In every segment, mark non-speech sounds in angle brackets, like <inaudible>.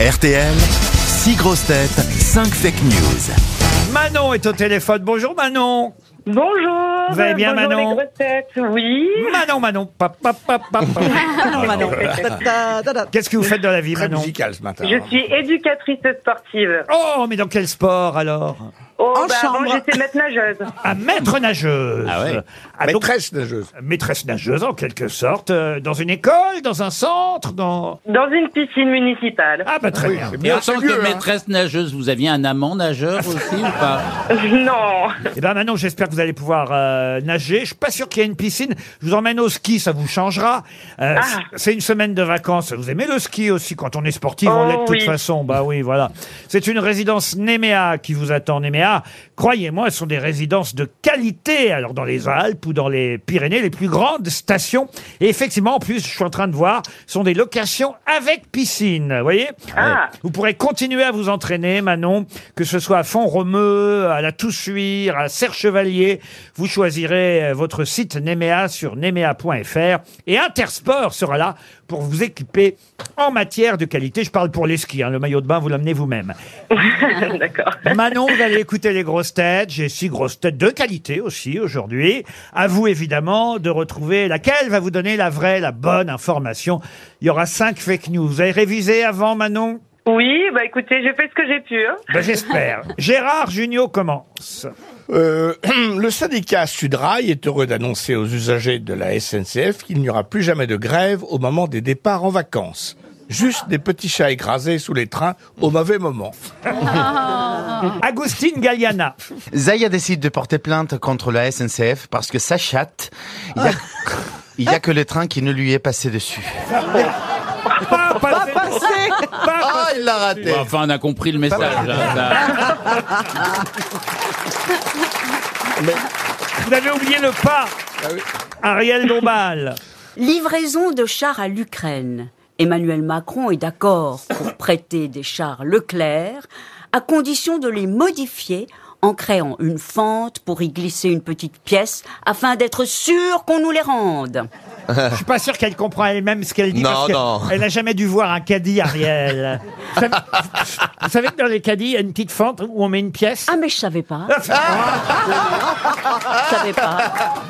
RTL, 6 grosses têtes, 5 fake news. Manon est au téléphone. Bonjour Manon. Bonjour. Vous allez bien, bonjour Manon les grosses têtes, oui. Manon, Manon. Pa, pa, pa, pa, pa. Qu'est-ce que vous faites dans la vie, Manon musical ce Ah. matin. Je suis éducatrice sportive. Oh, mais dans quel sport alors Oh, En bah, avant, chambre. j'étais maître nageuse. À maître nageuse. Ah ouais. Ah, donc, Maîtresse nageuse. maîtresse nageuse en quelque sorte, euh, dans une école, dans un centre, dans... Dans une piscine municipale. <laughs> Ah bah très bien. c'est Et bien, en c'est tant mieux, que hein. maîtresse nageuse, vous aviez un amant Ah, nageur aussi ou pas Non. <laughs> Et ben Manon, j'espère que vous allez pouvoir euh, nager. Je suis pas sûr qu'il y ait une piscine. Je vous emmène au ski, ça vous changera. Euh, Ah. c- C'est une semaine de vacances. Vous aimez le ski aussi quand on est sportif, on Oh, l'est de toute oui. façon. Bah oui, voilà. C'est une résidence Néméa qui vous attend. Néméa, croyez-moi, ce sont des résidences de qualité. Alors dans les Alpes ou dans les Pyrénées, les plus grandes stations. Et effectivement, en plus, je suis en train de voir, ce sont des locations avec piscine. Vous voyez Ah. vous pourrez continuer à vous entraîner, Manon, que ce soit à Font-Romeu, à la Toussuire, à Serre-Chevalier. Vous choisirez euh, votre site Nemea sur nemea.fr et Intersport sera là pour vous équiper en matière de qualité. Je parle pour les skis, hein, le maillot de bain, vous l'amenez vous-même. D'accord. Manon, vous allez écouter les grosses têtes. J'ai six grosses têtes de qualité aussi aujourd'hui. À vous évidemment de retrouver laquelle va vous donner la vraie, la bonne information. Il y aura cinq fake news. Vous avez révisé avant, Manon Oui, bah écoutez, j'ai fait ce que j'ai pu. hein. Ben, J'espère. Gérard Junior commence. Euh, <clears throat> le syndicat Sudrail est heureux d'annoncer aux usagers de la SNCF qu'il n'y aura plus jamais de grève au moment des départs en vacances. Juste des petits chats écrasés sous les trains au mauvais moment. Agustine Galliana. Zaya décide de porter plainte contre la SNCF parce que sa chatte, il y a, il y a que le train qui ne lui est passé dessus. Pas passé. Pas passé. il l'a raté Bon, Enfin, on a compris le message. hein, ça. Oh. Vous avez oublié le pas. Ah Ariel Dombal. Livraison de chars à l'Ukraine. Emmanuel Macron est d'accord pour prêter des chars Leclerc, à condition de les modifier en créant une fente pour y glisser une petite pièce afin d'être sûr qu'on nous les rende. Je suis pas sûr qu'elle comprend elle-même ce qu'elle dit. Non, parce que non. Elle n'a jamais dû voir un caddie, <laughs> Ariel. vous, savez, vous savez que dans les caddies, il y a une petite fente où on met une pièce. Ah mais je savais pas. Ah, Je <laughs> savais pas.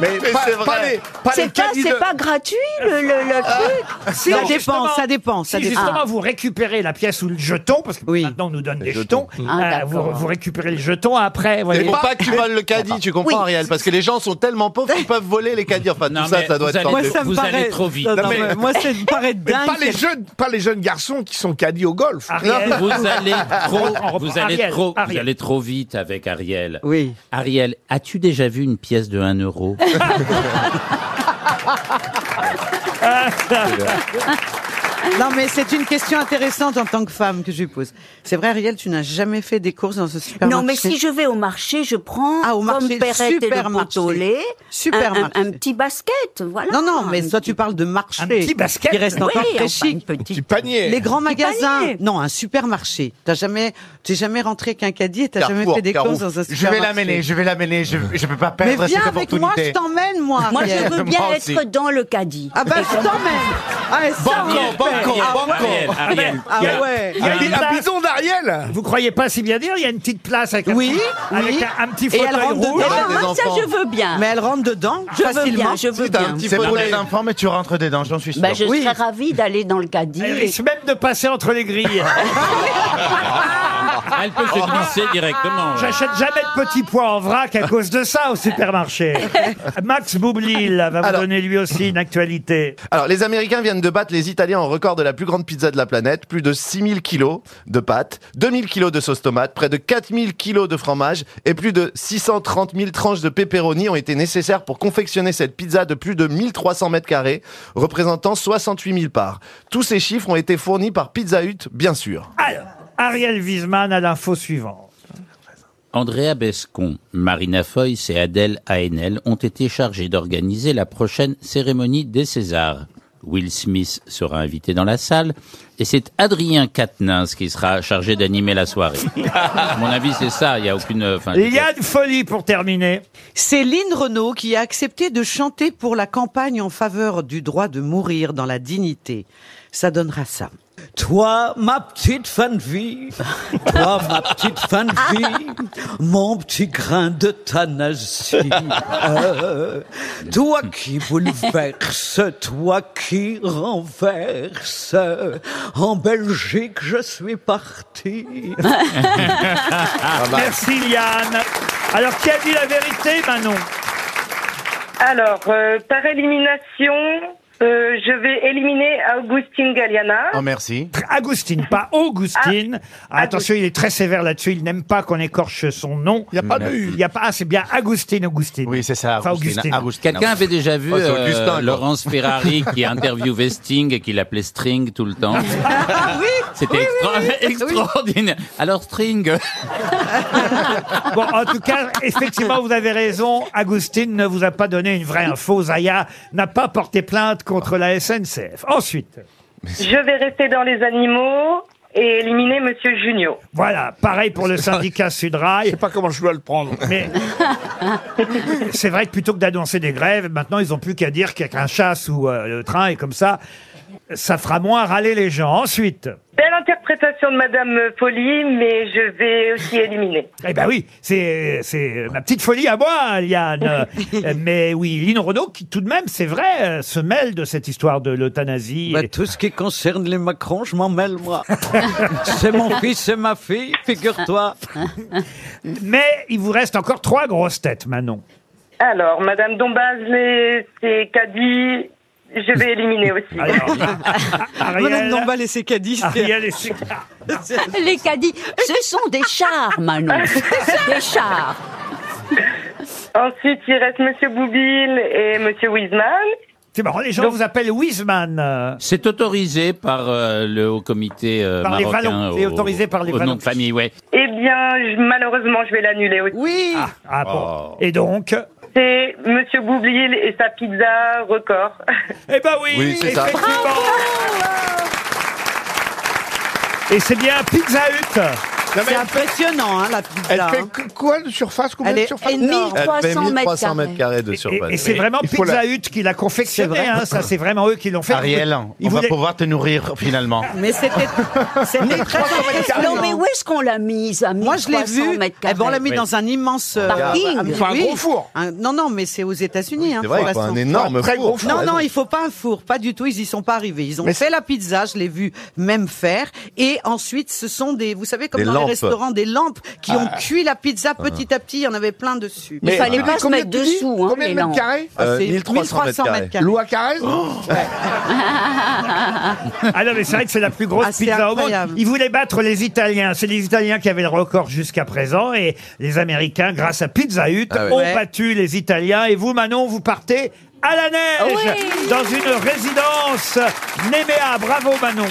Mais, pas, pas les, pas les C'est pas, caddies c'est de- pas gratuit le, le, le Ah. truc. Si, ça justement- dépend, ça dépend, ça si dépend. Ah. justement vous récupérez la pièce ou le jeton, parce que Oui. maintenant on nous donne des jetons, jetons. Ah, euh, vous, d'accord. vous récupérez le jeton après. vous Et voyez. pour pas que tu voles le caddie, tu comprends, Oui. Ariel Parce que les gens sont tellement pauvres qu'ils peuvent voler les caddies. Enfin, tout Non, ça, mais ça doit vous être allez- tenté. Ah. Moi, ça me Vous allez paraît- trop vite. Non, Non, non, mais- mais Moi, ça me paraît mais dingue. pas les jeunes, pas les jeunes garçons qui sont caddies au golf. Ah, <laughs> Ariel. Vous allez On trop, reprend. vous allez Ariel, trop, vous Ariel. allez trop vite avec Ariel. Oui. Ariel, as-tu déjà vu une pièce de 1 euro Non, mais c'est une question intéressante en tant que femme que je lui pose. C'est vrai, Ariel, tu n'as jamais fait des courses dans ce supermarché. Non mais si je vais au marché, je prends Ah, au marché, comme Perrette et le supermarché. pot au lait, un, un- Supermarché. un petit basket, voilà. Non, non, mais Un toi, petit- tu parles de marché. Un petit basket. Qui reste Oui, encore enfin, très une chic. petite- Petit panier. Les grands magasins. panier. Non, un supermarché. T'as jamais, t'es jamais rentré avec un caddie et t'as jamais Carrefour, fait des Carrefour. courses dans un Je vais supermarché. l'amener, je vais l'amener, je, je peux pas Mais perdre viens cette avec moi, je opportunité. t'emmène, moi. Moi je Ariel. veux bien Moi être aussi. dans le caddie. Ah bah, je t'emmène. Ah, et ça, on le Banco, fait. banco, Ah ouais. Ariel, Ariel. Ah il y a- ouais. Il y a Et une la place. bidon d'Ariel. Vous croyez pas si bien dire, il y a une petite place avec, un- Oui, avec oui. un, un petit Et elle fauteuil rentre dedans. rouge. Ah, Ah, des ça enfants. je veux bien. Mais elle rentre dedans Je veux facilement. bien, je veux Si, t'as bien. un petit C'est peu pour les enfants, mais tu rentres dedans, j'en suis sûr. Bah, je Oui. Ah, serais ravie d'aller dans le caddie. Elle risque même de passer entre les grilles. <laughs> Elle peut se glisser directement. hein. ouais. J'achète jamais de petits pois en vrac à cause de ça au supermarché. <laughs> Max Boublil va vous Alors- donner lui aussi une actualité. Alors, les Américains viennent de battre les Italiens en record de la plus grande pizza de la planète. Plus de 6000 kilos de pâtes, 2000 kilos de sauce tomate, près de 4000 kilos de fromage et plus de 630 000 tranches de pepperoni ont été nécessaires pour confectionner cette pizza de plus de 1300 mètres carrés, représentant 68 000 parts. Tous ces chiffres ont été fournis par Pizza Hut, bien sûr. Alors, Ariel Wiesman a l'info suivante. Andrea Bescon, Marina Foïs et Adèle Haenel ont été chargés d'organiser la prochaine cérémonie des Césars. Will Smith sera invité dans la salle et c'est Adrien Quatennens qui sera chargé d'animer la soirée. à mon avis, c'est ça, il n'y a aucune... euh, Ah, Enfin, Yann Folie pour terminer. Céline Renaud qui a accepté de chanter pour la campagne en faveur du droit de mourir dans la dignité. Ça donnera ça. Toi, ma petite fin de vie, toi, ma petite fin de vie, mon petit grain de thanasie, Euh, toi qui bouleverse, toi qui renverse, en Belgique je suis parti. Bah. Merci Liane. Alors qui a dit la vérité, Manon Alors, euh, par élimination, euh, je vais éliminer Augustine Galliana. Oh, merci. Agustine, pas Augustine. Ah, attention, il est très sévère là-dessus. Il n'aime pas qu'on écorche son nom. Il n'y a pas de U. Il y a pas. Ah, c'est bien Agustine, Augustine. Oui, c'est ça. Enfin, Augustine. Quelqu'un avait déjà vu Ouais, c'est euh, Augustin, quoi. Laurence Ferrari qui interviewait Sting et qui l'appelait String tout le temps. Ah C'était extra- extraordinaire. Alors String, Bon, en tout cas, effectivement, vous avez raison. Agustine ne vous a pas donné une vraie info. Zaya n'a pas porté plainte contre la SNCF. Ensuite, Je vais rester dans les animaux et éliminer Monsieur Junio. voilà, pareil pour le syndicat Sudrail. sais pas comment je dois le prendre. Mais c'est vrai que plutôt que d'annoncer des grèves, maintenant ils n'ont plus qu'à dire qu'il y a qu'un chat sous euh, le train et comme ça, ça fera moins râler les gens. Ensuite, Belle interprétation de Madame Poli, mais je vais aussi éliminer. eh ben oui, c'est c'est ma petite folie à moi, Liane. Euh, Mais oui, Lynn Renaud qui tout de même, c'est vrai, euh, se mêle de cette histoire de l'euthanasie. Bah, Et- tout ce qui concerne les Macrons, je m'en mêle, <laughs> moi. c'est mon fils, c'est ma fille, figure-toi. Mais il vous reste encore trois grosses têtes, Manon. Alors, Madame Dombaz, les- c'est Caddy, je vais éliminer <laughs> aussi. Alors, Madame Ariel, Dombal et ses caddies. Ariel et Ah, Sig- Les caddies, ce sont des chars, Manon. Ah, Des chars. Ensuite, il reste Monsieur Boubil et Monsieur Wiseman. C'est marrant, les gens vous appellent Wiseman. euh, c'est autorisé par euh, le Haut Comité euh, Par les marocain. Wallons. C'est autorisé par les au Wallons. nom de famille, ouais. Eh bien, je- malheureusement, je vais l'annuler aussi. Oui, ah, bon. Et donc C'est Monsieur Boublil et sa pizza record. <laughs> Eh ben oui, Oui, c'est ça. effectivement. Et c'est bien Pizza Hut. c'est impressionnant, hein, la Elle pizza. hein. fait que- quoi de surface Combien Elle de est surface énorme. Elle fait 1300 mètres Ah, 1300 carrés. mètres carrés de Et, surface. et c'est vraiment il faut Pizza la- Hut qui l'a confectionné, hein, ça c'est vraiment eux qui l'ont fait. Ariel, on Ils va voulaient- pouvoir te nourrir finalement. Mais <laughs> c'était c'était très Non, mais impressionnant. où est-ce qu'on l'a mise à Moi, je l'ai 1300 vu. mètres Eh ben, on l'a carrés mis dans un immense euh, Parking. un- Enfin, un oui. gros four. Un- non, non, mais c'est aux États-Unis. hein, C'est vrai, faut il faut la- un énorme Très gros four. Ah four. Non, non, il faut pas un four, pas du tout. Ils y sont pas arrivés. Ils ont fait la pizza, je l'ai vu même faire. Et ensuite, ce sont des, vous savez, comme Des dans lampes. Ah. les restaurants, des lampes qui ont cuit la pizza petit à petit. Il y en avait plein dessus. Ah, Mais- fallait pas se combien mettre tu dis dessous, hein, Combien les de mètres lampes. carrés Euh, C'est 1300 mètres carrés. Loi Carrez Oh, Ah non, mais c'est vrai que c'est la plus grosse Ah, c'est pizza au incroyable. monde. Ils voulaient battre les Italiens. C'est les Italiens qui avaient le record jusqu'à présent. Et les Américains, grâce à Pizza Hut, Ah ouais. ont Ouais. battu les Italiens. Et vous, Manon, vous partez à la neige Ah Oui. dans une résidence Néméa. Bravo, Manon.